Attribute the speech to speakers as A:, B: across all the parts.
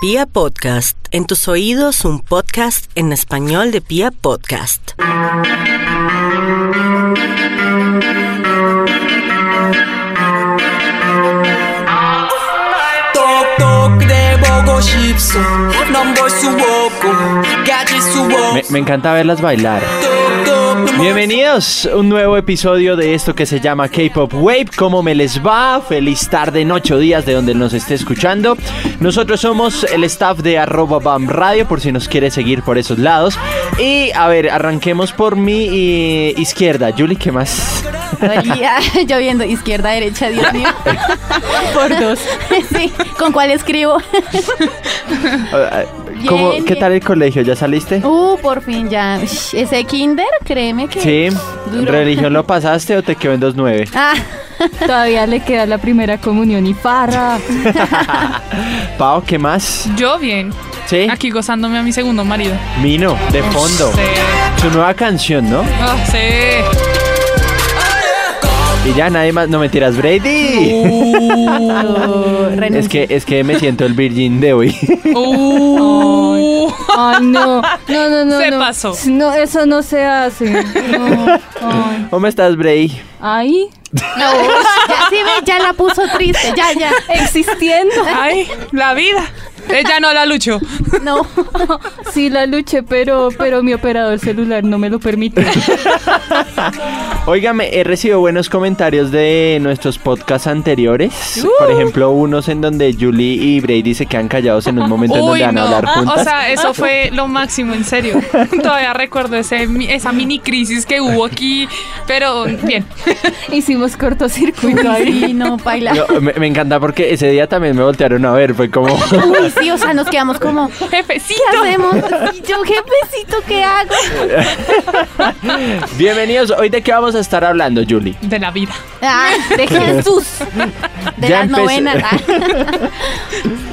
A: Pia Podcast, en tus oídos un podcast en español de Pia Podcast.
B: Toc toc de Bogo Gipso, number su boco, gadget su
C: Me,
B: boco.
C: me encanta verlas bailar.
B: Toc toc, number-
C: Bienvenidos a un nuevo episodio de esto que se llama K-Pop Wave. ¿Cómo me les va? Feliz tarde, noche o días de donde nos esté escuchando. Nosotros somos el staff de arroba BAM Radio por si nos quiere seguir por esos lados. Y a ver, arranquemos por mi eh, izquierda. Julie, ¿qué más?
D: Olía, yo viendo izquierda, derecha, Dios mío. Por dos. Sí, ¿con cuál escribo?
C: ¿Cómo-
D: Bien,
C: ¿Qué
D: bien.
C: tal el colegio? ¿Ya saliste?
D: Uh, por fin ya. Ush, Ese kinder, créeme que...
C: Sí.
D: Duro.
C: ¿Religión lo pasaste o te quedó en 2.9?
D: Ah,
E: Todavía le queda la primera comunión y parra.
C: Pau, ¿qué más?
F: Yo bien,
C: Sí.
F: aquí gozándome a mi segundo marido.
C: Mino, de fondo.
F: Sí.
C: Su nueva canción, ¿no?
F: Ah, sí.
C: Y ya nadie más, no mentiras, Brady.
F: Uh,
D: renuncio.
C: es que es que me siento el virgin de hoy. Oh.
F: Uh.
E: Ay, no. No, no, no.
F: Se
E: no.
F: pasó.
E: No, eso no se hace. No. Ay.
C: ¿Cómo estás, Brady?
E: Ahí,
D: no, ush, ya, sí, ve, ya la puso triste, ya, ya. eh,
E: existiendo.
F: Ay, la vida. Ella no la luchó.
D: No,
E: Sí, la luché, pero, pero mi operador celular no me lo permite.
C: Óigame, he recibido buenos comentarios de nuestros podcasts anteriores.
F: Uh.
C: Por ejemplo, unos en donde Julie y Brady se quedan callados en un momento en donde
F: Uy,
C: van a
F: no. Ah,
C: hablar juntas.
F: O sea, eso fue lo máximo, en serio. Todavía recuerdo ese, mi- esa mini crisis que hubo aquí, pero bien.
E: Hicimos cortocircuito ahí.
D: sí, no, baila.
C: Yo- me, me encanta porque ese día también me voltearon a ver, fue como
D: Uy, sí, o sea, nos quedamos como...
F: Jefecito.
D: ¿Qué hacemos? Y Yo, jefecito, ¿qué hago?
C: Bienvenidos, hoy de qué vamos a estar hablando, Julie.
F: De la vida.
D: Ah, de Jesús. De
C: Ya
D: las
C: empecé.
D: novenas. Ah.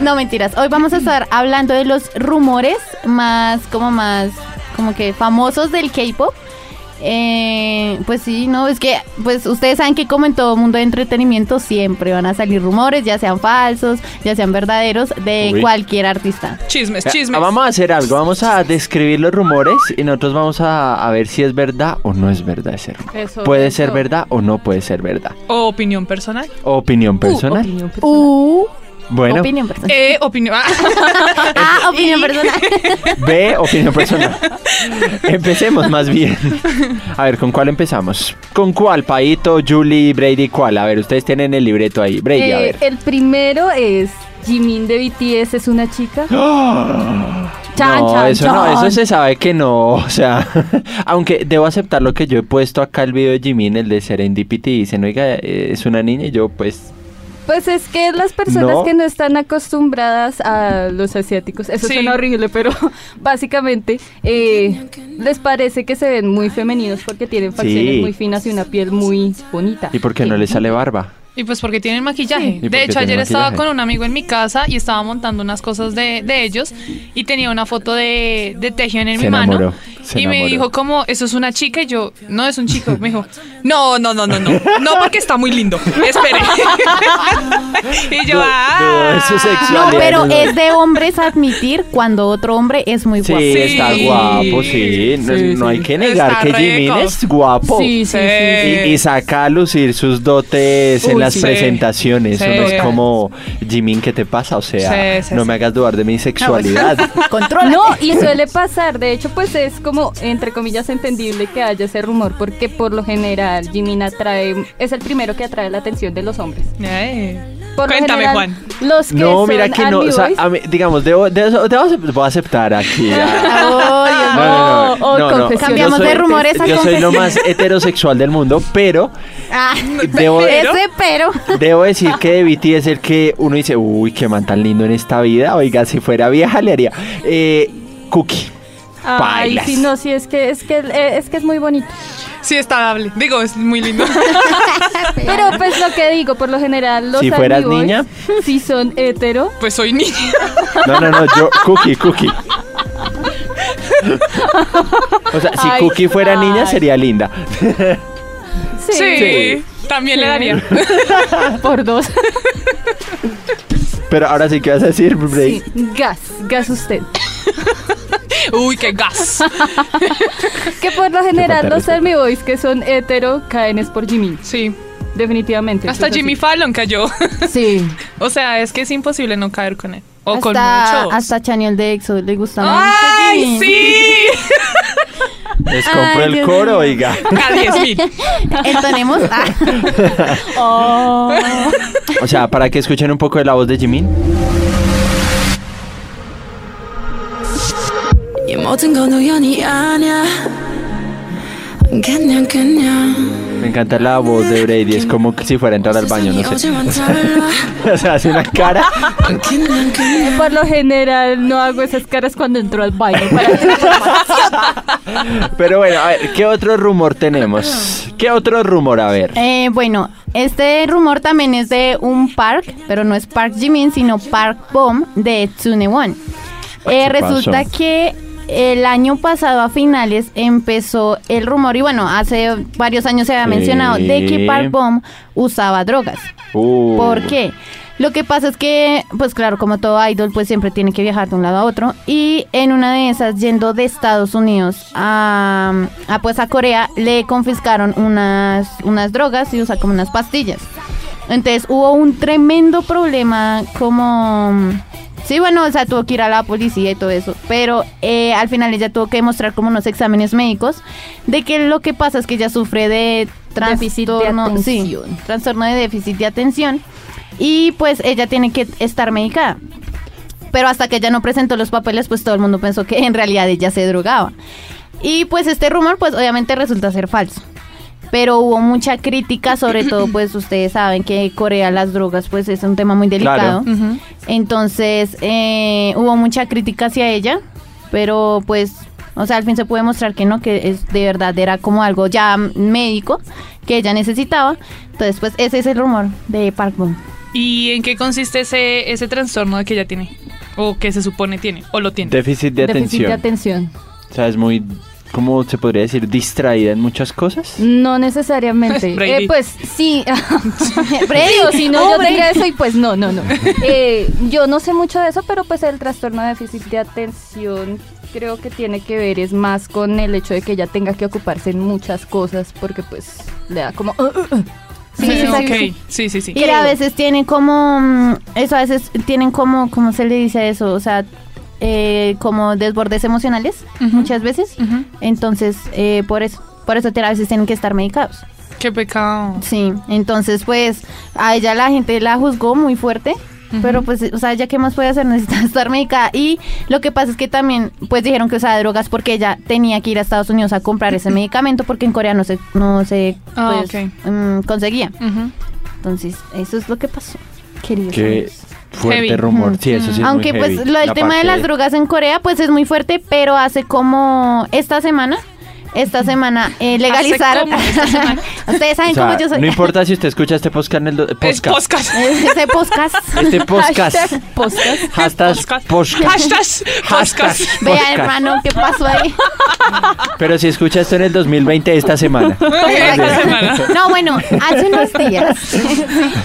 D: No mentiras. Hoy vamos a estar hablando de los rumores más, como más, como que famosos del K-pop. Eh, pues sí, no, es que, pues ustedes saben que como en todo mundo de entretenimiento siempre van a salir rumores, ya sean falsos, ya sean verdaderos, de
C: Uy.
D: cualquier artista.
F: Chismes,
C: Ah,
F: chismes.
C: Vamos a hacer algo, vamos a describir los rumores y nosotros vamos a, a ver si es verdad o no es verdad ese rumor.
E: Eso,
C: puede
E: eso.
C: ser verdad o no puede ser verdad.
F: O opinión personal.
C: Opinión personal.
E: Opinión personal.
D: Uh,
C: bueno,
D: opinión personal.
F: Eh, opinión. ah.
D: Ah, opinión personal.
C: B, opinión personal. Empecemos más bien. A ver, ¿con cuál empezamos? ¿Con cuál? Paito, Julie, Brady, ¿cuál? A ver, ustedes tienen el libreto ahí. Brady, a
E: Eh,
C: ver.
E: el primero es Jimin de BTS es una chica. Chan,
C: no,
E: chan,
C: eso no, eso
E: chan.
C: se sabe que no, o sea, aunque debo aceptar lo que yo he puesto acá el video de Jimin, el de Serendipity, y dicen, oiga, eh, es una niña, y yo pues,
E: Pues es que las personas
C: No.
E: que no están acostumbradas a los asiáticos, eso
F: Sí.
E: suena horrible, pero básicamente eh, les parece que se ven muy femeninos porque tienen facciones
C: Sí.
E: muy finas y una piel muy bonita.
C: ¿y por qué no le sale barba?
F: Y pues porque tienen maquillaje.
C: porque
F: De hecho,
C: tienen
F: ayer estaba
C: maquillaje.
F: con un amigo en mi casa y estaba montando unas cosas de, de ellos y tenía una foto de, de Taehyung en
C: Se
F: mi
C: enamoró,
F: mano.
C: se
F: y me
C: enamoró.
F: dijo como, eso es una chica y yo, no, es un chico. Me dijo, no, no, no, no, no. No porque está muy lindo. Espere. y yo,
C: Du-
F: ah.
C: dudo de su
D: No,
C: sexualidad.
D: pero es de hombres admitir cuando otro hombre es muy
C: Sí,
D: guapo.
C: está
F: Sí.
C: guapo, sí, no,
E: Sí,
C: no hay
E: sí.
C: que negar
F: Está
C: que
F: rico.
C: Jimin es guapo.
E: Sí, sí, sí.
C: Y, y saca a lucir sus dotes en
E: Uy,
C: las
E: sí.
C: presentaciones.
F: Sí.
C: Uno es
F: Total.
C: como, Jimin, ¿qué te pasa? O sea,
F: Sí, sí,
C: no
F: sí.
C: me hagas dudar de mi sexualidad.
D: Controla.
E: No, y suele pasar, de hecho, pues es como, entre comillas, entendible que haya ese rumor, porque por lo general Jimin atrae, es el primero que atrae la atención de los hombres.
F: Eh.
E: Por lo
F: Cuéntame,
E: general,
F: Juan.
E: Los que
C: No,
E: son
C: mira que no, o sea,
E: army boys-
C: a mí- digamos, debo, de- debo acep- voy a aceptar aquí. ya.
D: Oh,
C: No, no, no,
E: Oh,
C: no,
E: oh,
C: no.
E: confesiones.
D: Cambiamos de
C: Yo soy-
D: rumores a
C: Yo soy lo más
D: confesiones.
C: heterosexual del mundo, pero
D: Ah,
C: Debo-
D: ese pero.
C: debo decir que de BT es el que uno dice, uy, qué man tan lindo en esta vida. Oiga, si fuera vieja le haría. Eh, cookie.
E: Ay,
C: Bailas.
E: sí, no, sí, es que es que eh, es que es muy bonito.
F: Sí, está dable. Digo, es muy lindo.
E: Pero pues lo que digo, por lo general los
C: Si fueras
E: Army Boys,
C: niña.
E: si son hetero.
F: pues soy niña.
C: No, no, no, yo, Cookie, Cookie. O sea, si
E: Ay,
C: Cookie fuera
E: ay.
C: niña sería linda.
E: Sí.
F: Sí. También le daría.
E: Por dos.
C: Pero ahora sí que vas a decir, Bray.
E: Sí, gas, gas usted.
F: Uy, qué gas.
E: Que por lo general
C: falta
E: los
C: de respeto.
E: Army Boys que son hetero caen es por Jimmy.
F: Sí.
E: Definitivamente.
F: Hasta
E: eso es
F: Jimmy
E: así.
F: Fallon cayó.
D: Sí.
F: O sea, es que es imposible no caer con él. O con
D: Hasta,
F: muchos.
D: hasta Chaniel de EXO le gusta
F: ¡Ay,
D: mucho.
F: sí!
C: Les compro
D: Ay,
C: el
D: Dios
C: coro,
D: mío.
C: oiga.
F: A 10 mil.
D: Entonemos. Ah. Oh.
C: O sea, para que escuchen un poco de la voz de Jimin.
G: 이 모든 건 우연이 아니야 그냥 그냥
C: Me encanta la voz de Brady. Es como que si fuera a entrar al baño,
G: 세상이
C: no sé.
G: 어제만 달라
C: O sea, hace una cara.
G: 그냥 그냥
E: Por lo general no hago esas caras cuando entro al baño. para-
C: Pero bueno, a ver, ¿qué otro rumor tenemos? ¿Qué otro rumor? A ver.
D: Eh, bueno, este rumor también es de un park, pero no es Park Jimin, sino Park Bom de Tsunewon. Eh,
C: ¿Qué
D: resulta
C: pasó?
D: que el año pasado a finales empezó el rumor y bueno, hace varios años se había
C: Sí.
D: mencionado de que Park Bom usaba drogas.
C: Uh.
D: ¿Por qué? Lo que pasa es que, pues claro, como todo idol, pues siempre tiene que viajar de un lado a otro. Y en una de esas, yendo de Estados Unidos a, a, pues a Corea, le confiscaron unas, unas drogas y usa como unas pastillas. Entonces hubo un tremendo problema como... Sí, bueno, o sea, tuvo que ir a la policía y todo eso. Pero eh, al final ella tuvo que mostrar como unos exámenes médicos de que lo que pasa es que ella sufre de
E: Déficit de
D: trastorno, sí,
E: atención.
D: trastorno de déficit de atención. Y pues ella tiene que estar medicada. Pero hasta que ella no presentó los papeles, pues todo el mundo pensó que en realidad ella se drogaba. Y pues este rumor, pues obviamente resulta ser falso. Pero hubo mucha crítica, sobre todo, pues ustedes saben que Corea las drogas, pues es un tema muy delicado.
C: Claro.
F: Ujú.
D: Entonces eh, hubo mucha crítica hacia ella, pero pues, o sea, al fin se puede mostrar que no, que es de verdad era como algo ya médico que ella necesitaba. Entonces, pues ese es el rumor de Park Bom.
F: ¿Y en qué consiste ese, ese trastorno que ella tiene? O que se supone tiene, o lo tiene.
C: Déficit de
E: Déficit
C: atención.
E: de atención.
C: o sea, es muy, ¿cómo se podría decir? Distraída en muchas cosas.
E: No necesariamente.
F: Brady.
E: Eh, pues sí.
D: Brady.
E: Sí, o si no, yo
D: Hombre.
E: diría eso y pues no, no, no. Eh, yo no sé mucho de eso, pero pues el trastorno de déficit de atención creo que tiene que ver es más con el hecho de que ella tenga que ocuparse en muchas cosas porque pues le da como... "Ah, ah, ah".
F: Sí,
D: Sí,
F: ok.
D: exacto.
F: sí, sí, sí.
D: Y a veces tienen como, mm, eso a veces tienen como, ¿cómo se le dice a eso? O sea, eh, como desbordes emocionales
F: Ujú.
D: muchas veces.
F: Ujú.
D: Entonces, eh, por eso, por eso a veces tienen que estar medicados.
F: Qué pecado.
D: Sí, entonces pues a ella la gente la juzgó muy fuerte. Pero pues, o sea, ya qué más puede hacer, necesita estar médica. Y lo que pasa es que también, pues dijeron que usaba drogas porque ella tenía que ir a Estados Unidos a comprar ese medicamento porque en Corea no se, no se
F: Ah,
D: pues,
F: ok.
D: mm, conseguía.
F: Ujú.
D: Entonces, eso es lo que pasó, queridos.
C: Qué
D: amigos.
C: fuerte
F: Heavy.
C: rumor. Sí, eso sí. es
D: Aunque
C: muy
D: pues
C: heavy.
D: lo del
C: La
D: tema de
C: parte
D: las drogas en Corea pues es muy fuerte, pero hace como esta semana, esta semana eh, legalizaron.
F: como esta semana.
D: Ustedes saben
C: O sea,
D: cómo yo soy.
C: No importa si usted escucha este podcast en el do-
F: Es
C: podcast.
D: Ese
F: Eh, podcast.
D: podcast.
C: Este podcast.
E: Hashtag podcast.
C: Hashtag
F: Podcast.
C: podcast.
F: Hashtag
C: Hashtag
F: podcast.
D: Vea,
C: podcast.
D: hermano, qué pasó ahí.
C: Pero si escucha esto en el 2020, esta semana.
F: Esta semana.
D: No, bueno, hace unos días.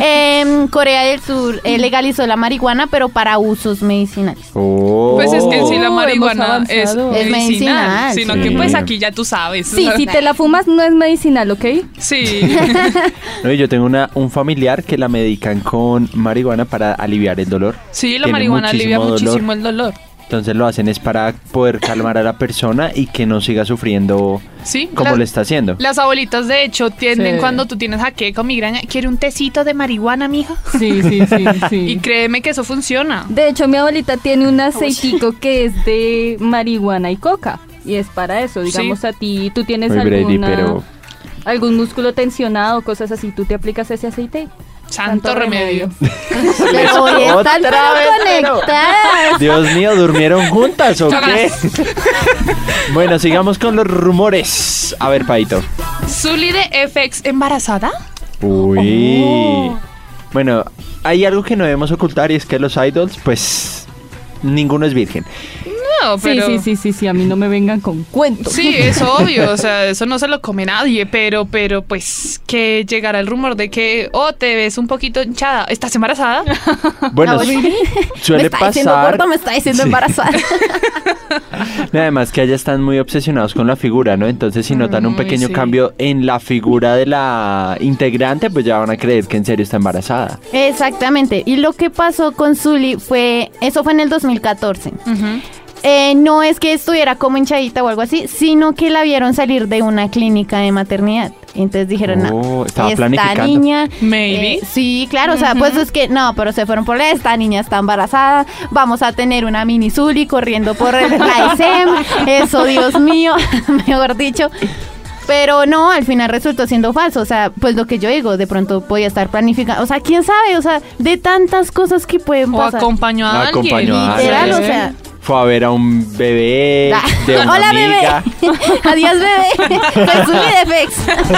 D: em, Corea del Sur eh, legalizó la marihuana, pero para usos medicinales.
C: Oh.
F: Pues es que si la
E: Oh,
F: marihuana
E: hemos
F: es
E: avanzado.
F: medicinal,
D: Es medicinal,
F: sino
C: sí.
F: que pues aquí ya tú sabes.
E: Sí, si te la fumas no es medicinal, ¿ok?
F: Sí.
C: No, y yo tengo una, un familiar que la medican con marihuana para aliviar el dolor.
F: Sí, la
C: Tiene
F: marihuana alivia
C: dolor.
F: muchísimo el dolor.
C: Entonces lo hacen es para poder calmar a la persona y que no siga sufriendo
F: Sí.
C: como
F: la-
C: lo está haciendo.
F: Las abuelitas, de hecho, tienden
E: Sí.
F: cuando tú tienes jaqueca o migraña, ¿quiere un tecito de marihuana, mija?
E: Sí, sí, sí,
F: Y créeme que eso funciona.
E: De hecho, mi abuelita tiene un aceitico que es de marihuana y coca. Y es para eso, digamos
F: Sí.
E: a ti, tú tienes
C: Muy
E: alguna,
C: Brady, pero-
E: algún músculo tensionado, cosas así, tú te aplicas ese aceite.
F: Santo remedio.
D: Pero hoy están
C: Otra
D: pero
C: vez, pero-
D: conectadas.
C: Dios mío, ¿durmieron juntas o qué? bueno, sigamos con los rumores. A ver, Paito.
F: Zully de FX embarazada.
C: Uy.
D: Oh.
C: Bueno, hay algo que no debemos ocultar y es que los idols, pues, ninguno es virgen.
F: todo, pero.
E: Sí, sí, sí, sí, sí, a mí no me vengan con cuentos.
F: Sí, es obvio, o sea, eso no se lo come nadie, pero, pero pues que llegará el rumor de que, oh, te ves un poquito hinchada, ¿estás embarazada?
C: Bueno,
D: Ah, bueno.
C: su-
D: me
C: suele
D: está diciendo
C: pasar.
D: gordo, me está diciendo
C: Sí.
D: embarazada.
C: No, Además que allá están muy obsesionados con la figura, ¿no? Entonces si notan un
D: Mm,
F: Muy,
C: pequeño
F: sí.
C: cambio en la figura de la integrante, pues ya van a creer que en serio está embarazada.
D: Exactamente. Y lo que pasó con Zully fue, eso fue en el 2014. Eh, no es que estuviera como hinchadita o algo así, sino que la vieron salir de una clínica de maternidad. Entonces dijeron,
C: Oh,
D: no,
C: estaba
D: esta
C: planificando".
D: niña...
F: Maybe.
D: eh, sí, claro, o sea, pues es que, no, pero se fueron por la, esta niña está embarazada, vamos a tener una mini Zully corriendo por el, la ISEM, eso, Dios mío, mejor dicho. Pero no, al final resultó siendo falso. O sea, pues lo que yo digo, de pronto podía estar planificando. O sea, quién sabe, o sea, de tantas cosas que pueden
F: O
D: pasar.
F: acompañó a alguien.
C: Acompañó a alguien.
D: Literal, o
F: Sí.
D: sea.
C: Fue a ver a un bebé
D: Ah.
C: de una
D: Hola,
C: amiga.
D: bebé. Adiós, bebé. Soy Zully de Fex.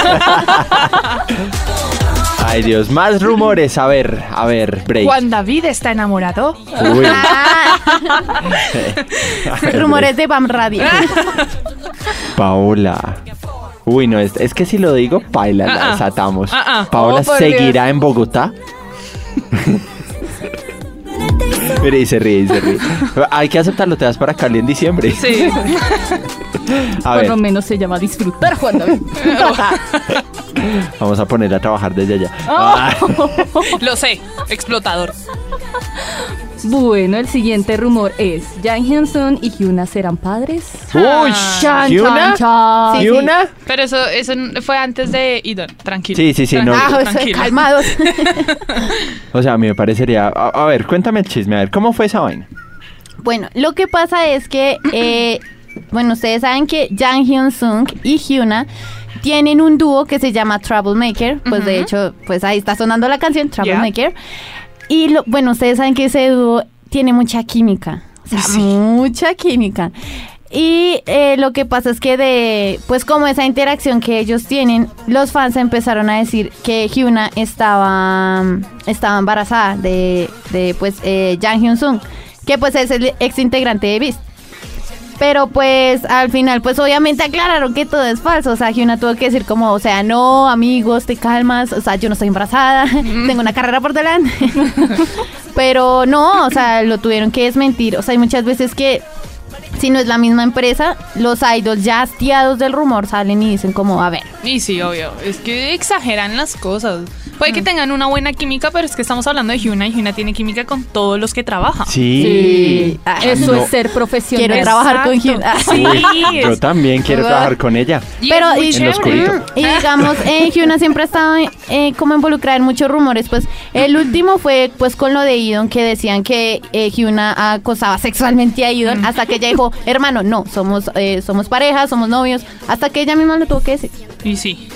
C: Ay Dios, más rumores. A ver, a ver, break.
F: Juan David está enamorado.
C: Uy.
D: Ah,
C: A ver,
D: rumores de Bam Radio.
C: Ah, break. Paola. Uy, no, es, es que si lo digo, Paila, la
F: Ah, ah.
C: desatamos.
F: Ah, ah.
C: Paola
F: Oh, por
C: seguirá en Bogotá. Mira, y se ríe, y se ríe. Hay que aceptarlo, te das para Cali en diciembre.
F: Sí.
C: A
E: Por
C: ver,
E: lo menos se llama disfrutar, Juan David.
C: vamos a poner a trabajar desde allá.
F: Oh. Lo sé, explotador.
E: Bueno, el siguiente rumor es: Jan Henson y Hyuna serán padres.
C: Ah. Uy,
F: Chan,
C: ¿y una?
E: chan.
C: ¿Y una?
F: Pero eso, eso fue antes de Idon, tranquilo.
C: Sí, sí, sí, no.
F: Tranquilo,
D: Ah, o sea,
F: tranquilo.
D: calmados.
C: O sea, a mí me parecería. A, a ver, cuéntame el chisme, a ver, ¿cómo fue esa vaina?
D: Bueno, lo que pasa es que, eh, bueno, ustedes saben que Jang Hyun Sung y Hyuna tienen un dúo que se llama Troublemaker. Pues de
F: Ujú.
D: hecho, pues ahí está sonando la canción Troublemaker. Y lo- bueno, ustedes saben que ese dúo tiene mucha química. O sea, mucha química. Y eh, lo que pasa es que de, pues como esa interacción que ellos tienen, los fans empezaron a decir que Hyuna estaba, estaba embarazada de, de pues eh, Jang Hyun Sung, que pues es el ex integrante de Beast. Pero pues al final, pues obviamente aclararon que todo es falso. O sea, Hyuna tuvo que decir como, o sea, no, amigos, te calmas. O sea, yo no estoy embarazada, tengo una carrera por delante. Pero no, o sea, lo tuvieron que desmentir. O sea, hay muchas veces que si no es la misma empresa, los idols ya hastiados del rumor salen y dicen como, a ver.
F: Y sí, obvio. Es que exageran las cosas. Puede que tengan una buena química, pero es que estamos hablando de Hyuna y Hyuna tiene química con todos los que trabaja.
C: Sí.
D: ah,
C: No.
E: Eso es ser profesional.
D: Quiero trabajar con
F: Exacto.
D: Hyuna.
F: Sí, es-
C: Yo también quiero trabajar con ella.
F: y
D: Pero
F: es muy
D: y,
C: En lo
F: chévere.
C: oscurito.
D: mm, y digamos, eh, Hyuna siempre ha estado eh, como involucrada en muchos rumores. Pues el último fue pues con lo de Idon que decían que eh, Hyuna acosaba sexualmente a Idon hasta que ella dijo, hermano, no, somos eh, somos pareja, somos novios, hasta que ella misma lo tuvo que decir.
F: Y sí.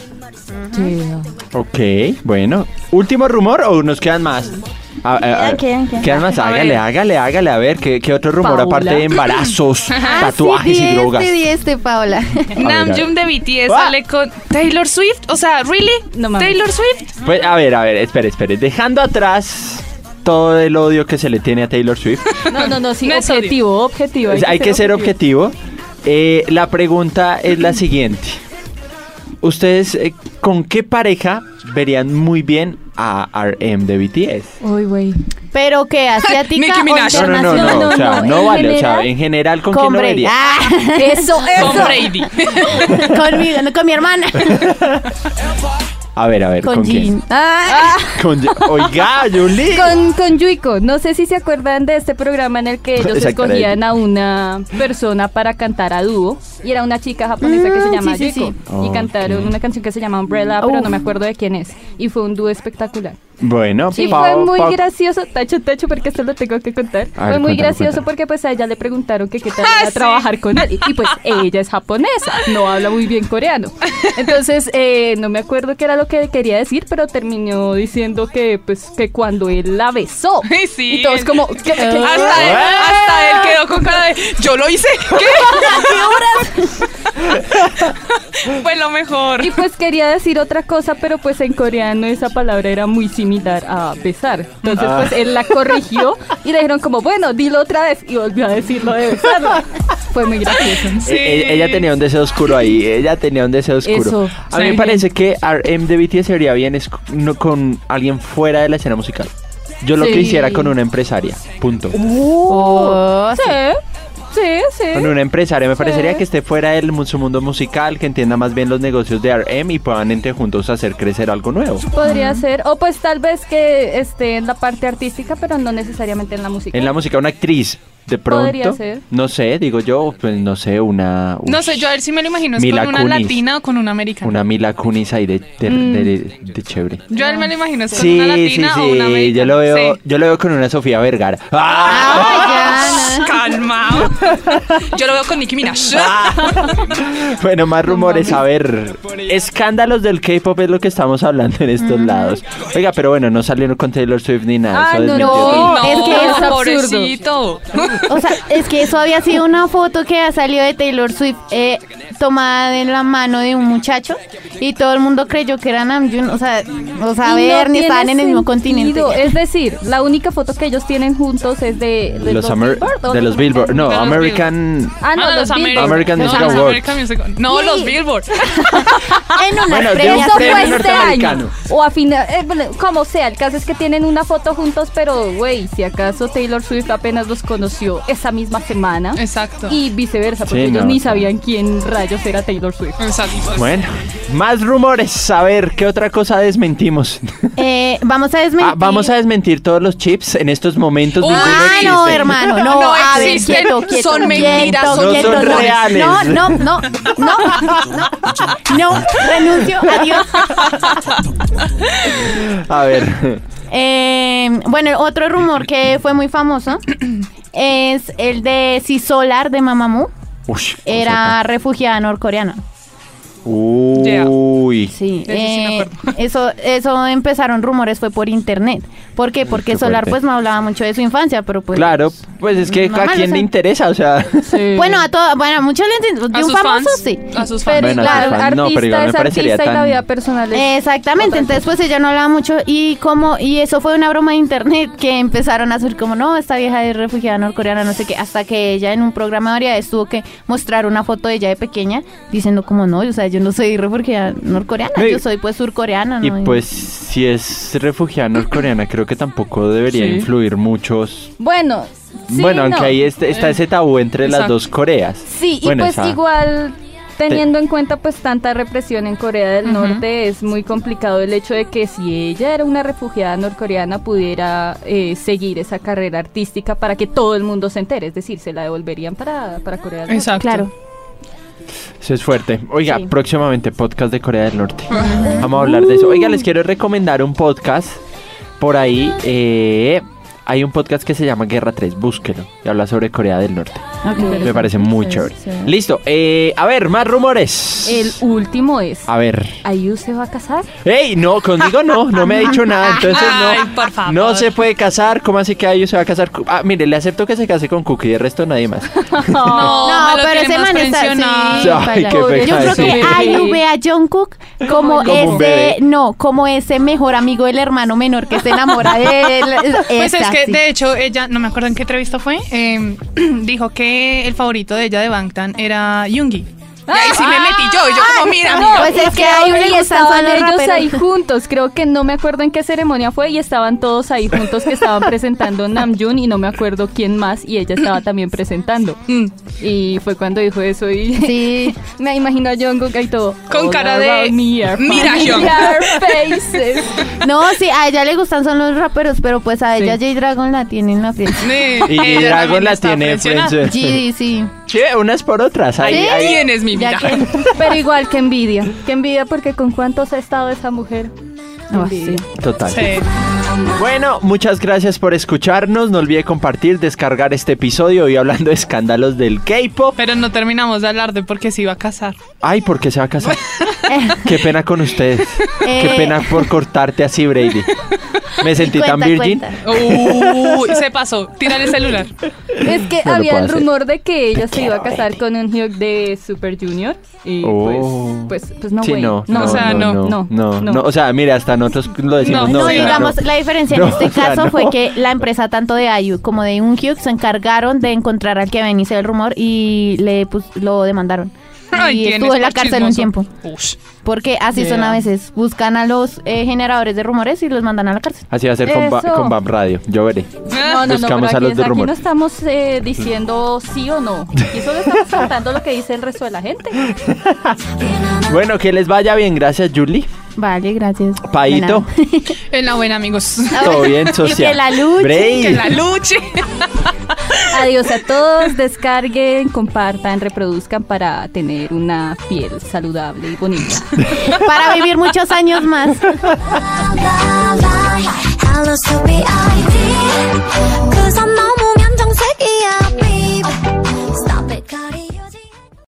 E: Yeah.
C: Ok, bueno. ¿Último rumor o nos quedan más? A- a- a-
D: Quedan, quedan, quedan.
C: más,
F: A ver.
C: hágale, hágale, hágale. A ver, ¿qué, qué otro rumor
E: Paula.
C: aparte de embarazos, tatuajes y drogas?
D: Ah, Este, este, Paola.
C: ver, a ver.
F: Namjoon de BTS
C: ¡Ah!
F: sale con Taylor Swift. O sea, ¿really?
E: No mames.
F: Taylor Swift.
C: Pues, a ver, a ver, espere, espere. Dejando atrás todo el odio que se le tiene a Taylor Swift,
E: No, no, no, sí,
F: No es odio.
E: objetivo, objetivo.
C: pues, hay que ser objetivo. Eh, la pregunta es la siguiente. ¿Ustedes eh, con qué pareja verían muy bien a RM de BTS?
E: Uy, güey.
D: Pero que asiática
F: Nicki
D: o
F: Minaj.
C: No, no, no, no,
D: internacional.
C: o sea,
E: no,
C: no
E: en
C: vale, o
E: general,
C: sea, en general, ¿con, quién
D: Con
C: lo
D: Brady.
C: vería?
D: Ah,
E: Eso, eso.
F: Con Brady.
D: conmigo, no con mi hermana.
C: A ver, a ver, ¿con,
D: Con
C: quién?
D: Jin.
E: Ah,
C: Con Ye- Oiga, Julie.
E: con, con Yuiko. No sé si se acuerdan de este programa en el que ellos
C: Exacto, era
E: escogían a una persona para cantar a dúo. Y era una chica japonesa que se
D: Mm,
E: llama
D: sí, sí,
E: Yuiko.
C: sí.
E: Y cantaron
C: Ok.
E: una canción que se llama Umbrella, pero no me acuerdo de quién es. Y fue un dúo espectacular.
C: Bueno,
E: Sí,
C: Pau-
E: fue muy
C: Pau-
E: gracioso, tacho, tacho, porque esto lo tengo que contar.
C: A ver,
E: fue muy
C: cuéntalo,
E: gracioso
C: cuéntalo.
E: porque pues a ella le preguntaron que qué tal
F: Ah,
E: era trabajar con él. Y pues ella es japonesa, no habla muy bien coreano. Entonces, eh, no me acuerdo qué era lo que quería decir, pero terminó diciendo que pues que cuando él la besó.
F: Ay, sí.
E: y todos como, ¿qué, qué-
F: Hasta él, hasta él quedó quedó con cara de yo lo hice. ¿Qué? Fue lo mejor.
E: Y pues quería decir otra cosa, pero pues en coreano esa palabra era muy similar a besar. Entonces pues
C: Ah.
E: él la corrigió y le dijeron como, bueno, dilo otra vez. Y volvió a decirlo de besarla. Fue muy gracioso.
F: Sí.
C: E- Ella tenía un deseo oscuro ahí, ella tenía un deseo oscuro.
E: Eso,
C: a mí
F: sí.
C: me parece que RM de BTS sería bien es- no- con alguien fuera de la escena musical. Yo lo
E: Sí.
C: que hiciera con una empresaria, punto.
D: Oh,
E: Sí, sí,
C: Con
E: sí.
C: una empresaria, me parecería
E: Sí.
C: que esté fuera de su mundo musical, que entienda más bien los negocios de RM y puedan entre juntos hacer crecer algo nuevo.
E: Podría ser, o pues tal vez que esté en la parte artística, pero no necesariamente en la música.
C: En la música, una actriz, de pronto.
E: Podría ser.
C: No sé, digo yo, pues no sé, una.
F: No
C: ush,
F: sé, yo a ver si me lo imagino. ¿Es
C: Mila
F: con una
C: Kunis.
F: latina o con una americana?
C: Una Mila Kunis ahí de, de- de- de chévere.
F: Yo a él me lo imagino. ¿Es con Mm. una latina o una americana?
C: Yo lo veo,
F: Sí.
C: yo lo veo con una Sofía Vergara. ¡Ah!
D: Ay, ya,
F: Calmado. Yo lo veo con Nicki Minaj.
C: Ah,
F: Ah.
C: Bueno, más rumores, a ver. Escándalos del K-pop es lo que estamos hablando en estos
F: Mm.
C: lados. Oiga, pero bueno, no salieron con Taylor Swift ni nada.
E: Ah,
C: eso
E: no,
C: es
D: no.
C: mentira.
D: Oh,
F: No,
D: es que es absurdo. Ah,
F: pobrecito.
D: O sea, es que eso había sido una foto que salió de Taylor Swift eh, tomada de la mano de un muchacho y todo el mundo creyó que era Namjoon. O sea, o sea, a
E: Y no
D: ver, ni
E: tiene
D: estaban en el mismo
E: sentido.
D: continente.
E: Es decir, la única foto que ellos tienen juntos es de, de
C: Los Amer-
E: Billboard, ¿o
C: de los
E: cómo se
C: Billboard.
E: llama?
C: No,
F: De los
C: American.
E: Ah, no,
F: Ah,
E: los, Billboard.
F: Ameri-
C: American
F: no,
C: Music
F: los
C: Awards.
F: American Music Awards. No,
D: Sí.
F: los Billboard.
D: En unas
C: Bueno, de
D: previas pues,
E: Eso
C: Premio
E: fue este
C: norteamericano.
E: año. O a final, eh, bueno, como sea, el caso es que tienen una foto juntos, pero güey, si acaso Taylor Swift apenas los conoció esa misma semana.
F: Exacto.
E: Y viceversa, porque
C: Sí,
E: ellos
C: no,
E: ni
C: o sea.
E: sabían quién rayos era Taylor Swift.
F: Exacto.
C: Bueno, más rumores. A ver, ¿qué otra cosa desmentimos?
D: Eh, vamos a desmentir.
C: Ah, vamos a desmentir todos los chips en estos momentos.
F: Uy,
C: ninguno
D: Ah, no,
C: existe.
D: hermano, no,
F: No
D: a ver,
F: existen,
D: quieto, quieto,
F: son mentiras,
D: quieto,
F: son
D: quieto,
C: rumores. reales.
D: No, no, no, no, no, no, renuncio, adiós.
C: A ver.
D: Eh, bueno, otro rumor que fue muy famoso es el de si Solar de Mamamoo
C: Ush,
D: era refugiada norcoreana.
C: Uy.
D: Sí,
F: De eso sí me
D: eh,
F: acuerdo.
D: eso, eso empezaron rumores, fue por internet. ¿Por qué? Porque
C: Mm, qué
D: Solar
C: fuerte.
D: pues no hablaba mucho de su infancia, pero pues...
C: Claro, pues es que
D: Mamá,
C: a
D: no
C: quién
D: sé.
C: le interesa, o sea.
D: Bueno, a todo, bueno, a muchos le entienden.
F: A
D: De un
F: sus
D: famoso
F: fans,
D: sí.
F: a sus fans.
E: Pero
C: Bueno,
E: claro,
C: pues, fan-
E: artista
C: no, pero igual me
E: es
C: parecería
E: artista y la
C: tan-
E: vida personal es
D: Exactamente, entonces pues ella no hablaba mucho y como y eso fue una broma de internet que empezaron a hacer como no, esta vieja es refugiada norcoreana, no sé qué, hasta que ella en un programa de variedades tuvo que mostrar una foto de ella de pequeña diciendo como no, o sea, yo no soy refugiada norcoreana,
C: Sí.
D: yo soy pues surcoreana,
C: Y
D: ¿no?
C: pues si es refugiada norcoreana, creo que tampoco debería influir muchos.
E: Bueno, sí,
C: bueno, aunque
E: no.
C: ahí este- está ese tabú entre las
F: Exacto.
C: dos Coreas.
E: Sí, y
C: Bueno,
E: pues
C: esa-
E: igual teniendo en cuenta pues tanta represión en Corea del Norte es muy complicado el hecho de que si ella era una refugiada norcoreana pudiera eh, seguir esa carrera artística para que todo el mundo se entere, es decir, se la devolverían para, para Corea del Norte.
F: Exacto.
D: Claro.
C: Eso es fuerte. Oiga,
E: Sí.
C: próximamente podcast de Corea del Norte. Vamos a hablar de eso. Oiga, les quiero recomendar un podcast. Por ahí eh, hay un podcast que se llama Guerra 3. Búsquelo. Y habla sobre Corea del Norte. Me parece muy chévere. Listo. eh, a ver, más rumores.
E: El último es,
C: A ver.
E: ¿Ayu se va a casar?
C: ¡Ey! No, conmigo no, no me ha dicho nada, entonces no.
F: Ay, por favor.
C: No se puede casar, ¿cómo así que ellos se va a casar? Ah, mire, le acepto que se case con Cookie, de resto nadie más.
F: No, Oh, me lo
D: pero
F: tiene
D: ese
F: más
D: man está
F: pensionado.
D: sí,
C: Ay,
D: baila.
C: qué
D: Yo creo
C: pecado,
D: que
E: sí.
D: Ayu ve a Jungkook como,
C: Como un bebé.
D: ese, no, como ese mejor amigo del hermano menor que se enamora de él.
F: Pues es que
D: así.
F: de hecho ella, no me acuerdo en qué entrevista fue, eh, dijo que el favorito de ella de Bangtan era Yoongi. Y ahí sí me metí yo, y yo como mira, mira.
D: Pues es que Ayu le gustan
E: estaban
D: son los
E: ellos ahí
D: raperos.
E: juntos, creo que no me acuerdo en qué ceremonia fue y estaban todos ahí juntos que estaban presentando Namjoon y no me acuerdo quién más y ella estaba también presentando.
F: Mm,
E: Y fue cuando dijo eso y
D: Sí.
E: me imagino a Jungkook ahí todo.
F: Con
E: "All
F: cara de,
E: around me are
F: "Mira,
E: familiar faces".
D: No, sí, a ella le gustan son los raperos, pero pues a ella J-Dragon la tiene en la piel.
F: eh,
C: Y
F: ella
C: Dragon
F: también
C: la
F: está
C: tiene
F: presionada.
C: friendzone.
D: GD, sí.
C: Sí, unas por otras. Ahí,
D: ¿Sí?
C: ahí.
F: ¿Quién es mi
D: Ya
F: vida?
D: que-
E: Pero igual que envidia, que envidia porque con cuántos ha estado esa mujer.
D: Ah, sí.
C: Total.
F: Sí.
C: Bueno, muchas gracias por escucharnos. No olvide compartir, descargar este episodio hoy hablando de escándalos del K-pop.
F: Pero no terminamos de hablar de por qué se iba a casar.
C: Ay, ¿por qué se va a casar? Qué pena con ustedes. Qué
D: Eh.
C: pena por cortarte así, Brady. Me sentí tan
D: Cuenta,
C: virgin.
D: cuenta.
F: Uy, se pasó. Tírale el celular.
E: Es que
C: No lo
E: había
C: puedo
E: el
C: hacer.
E: rumor de que ella se iba a casar con un Hyuk de Super Junior. Y
C: Oh.
E: pues, pues, pues no,
C: sí,
E: güey.
C: no,
F: o sea, no,
C: no, no, no. O sea, mire, hasta nosotros lo decimos. No,
F: No,
D: No,
C: ya,
D: digamos, la diferencia
C: No,
D: en este
C: o sea,
D: caso
C: no.
D: fue que la empresa tanto de Ayu como de Unhyuk se encargaron de encontrar al que venía el rumor y le pus- lo demandaron. y
F: Ay, ¿quién
D: estuvo
F: es
D: en la
F: más
D: cárcel un
F: chismoso?
D: tiempo.
F: Ush.
D: Porque así son
F: Yeah.
D: a veces. Buscan a los eh, generadores de rumores y los mandan a la cárcel.
C: Así va a ser con, Ba-
E: Eso.
C: con BAM Radio. Yo veré.
E: No, no, no, pero
C: Buscamos
E: aquí,
C: a los de
E: aquí
C: rumor.
E: no estamos eh, diciendo sí o no. Aquí solo estamos contando lo que dice el resto de la gente.
C: Bueno, que les vaya bien. Gracias, Julie.
D: Vale, gracias.
C: Paito.
D: De nada.
F: En la buena, amigos.
C: Todo bien, social.
D: la luchen,
C: Brave.
F: Que la luche.
E: Adiós a todos, descarguen, compartan, reproduzcan para tener una piel saludable y bonita.
D: Para vivir muchos años más.
H: Bye, bye. Hello, stupid idea.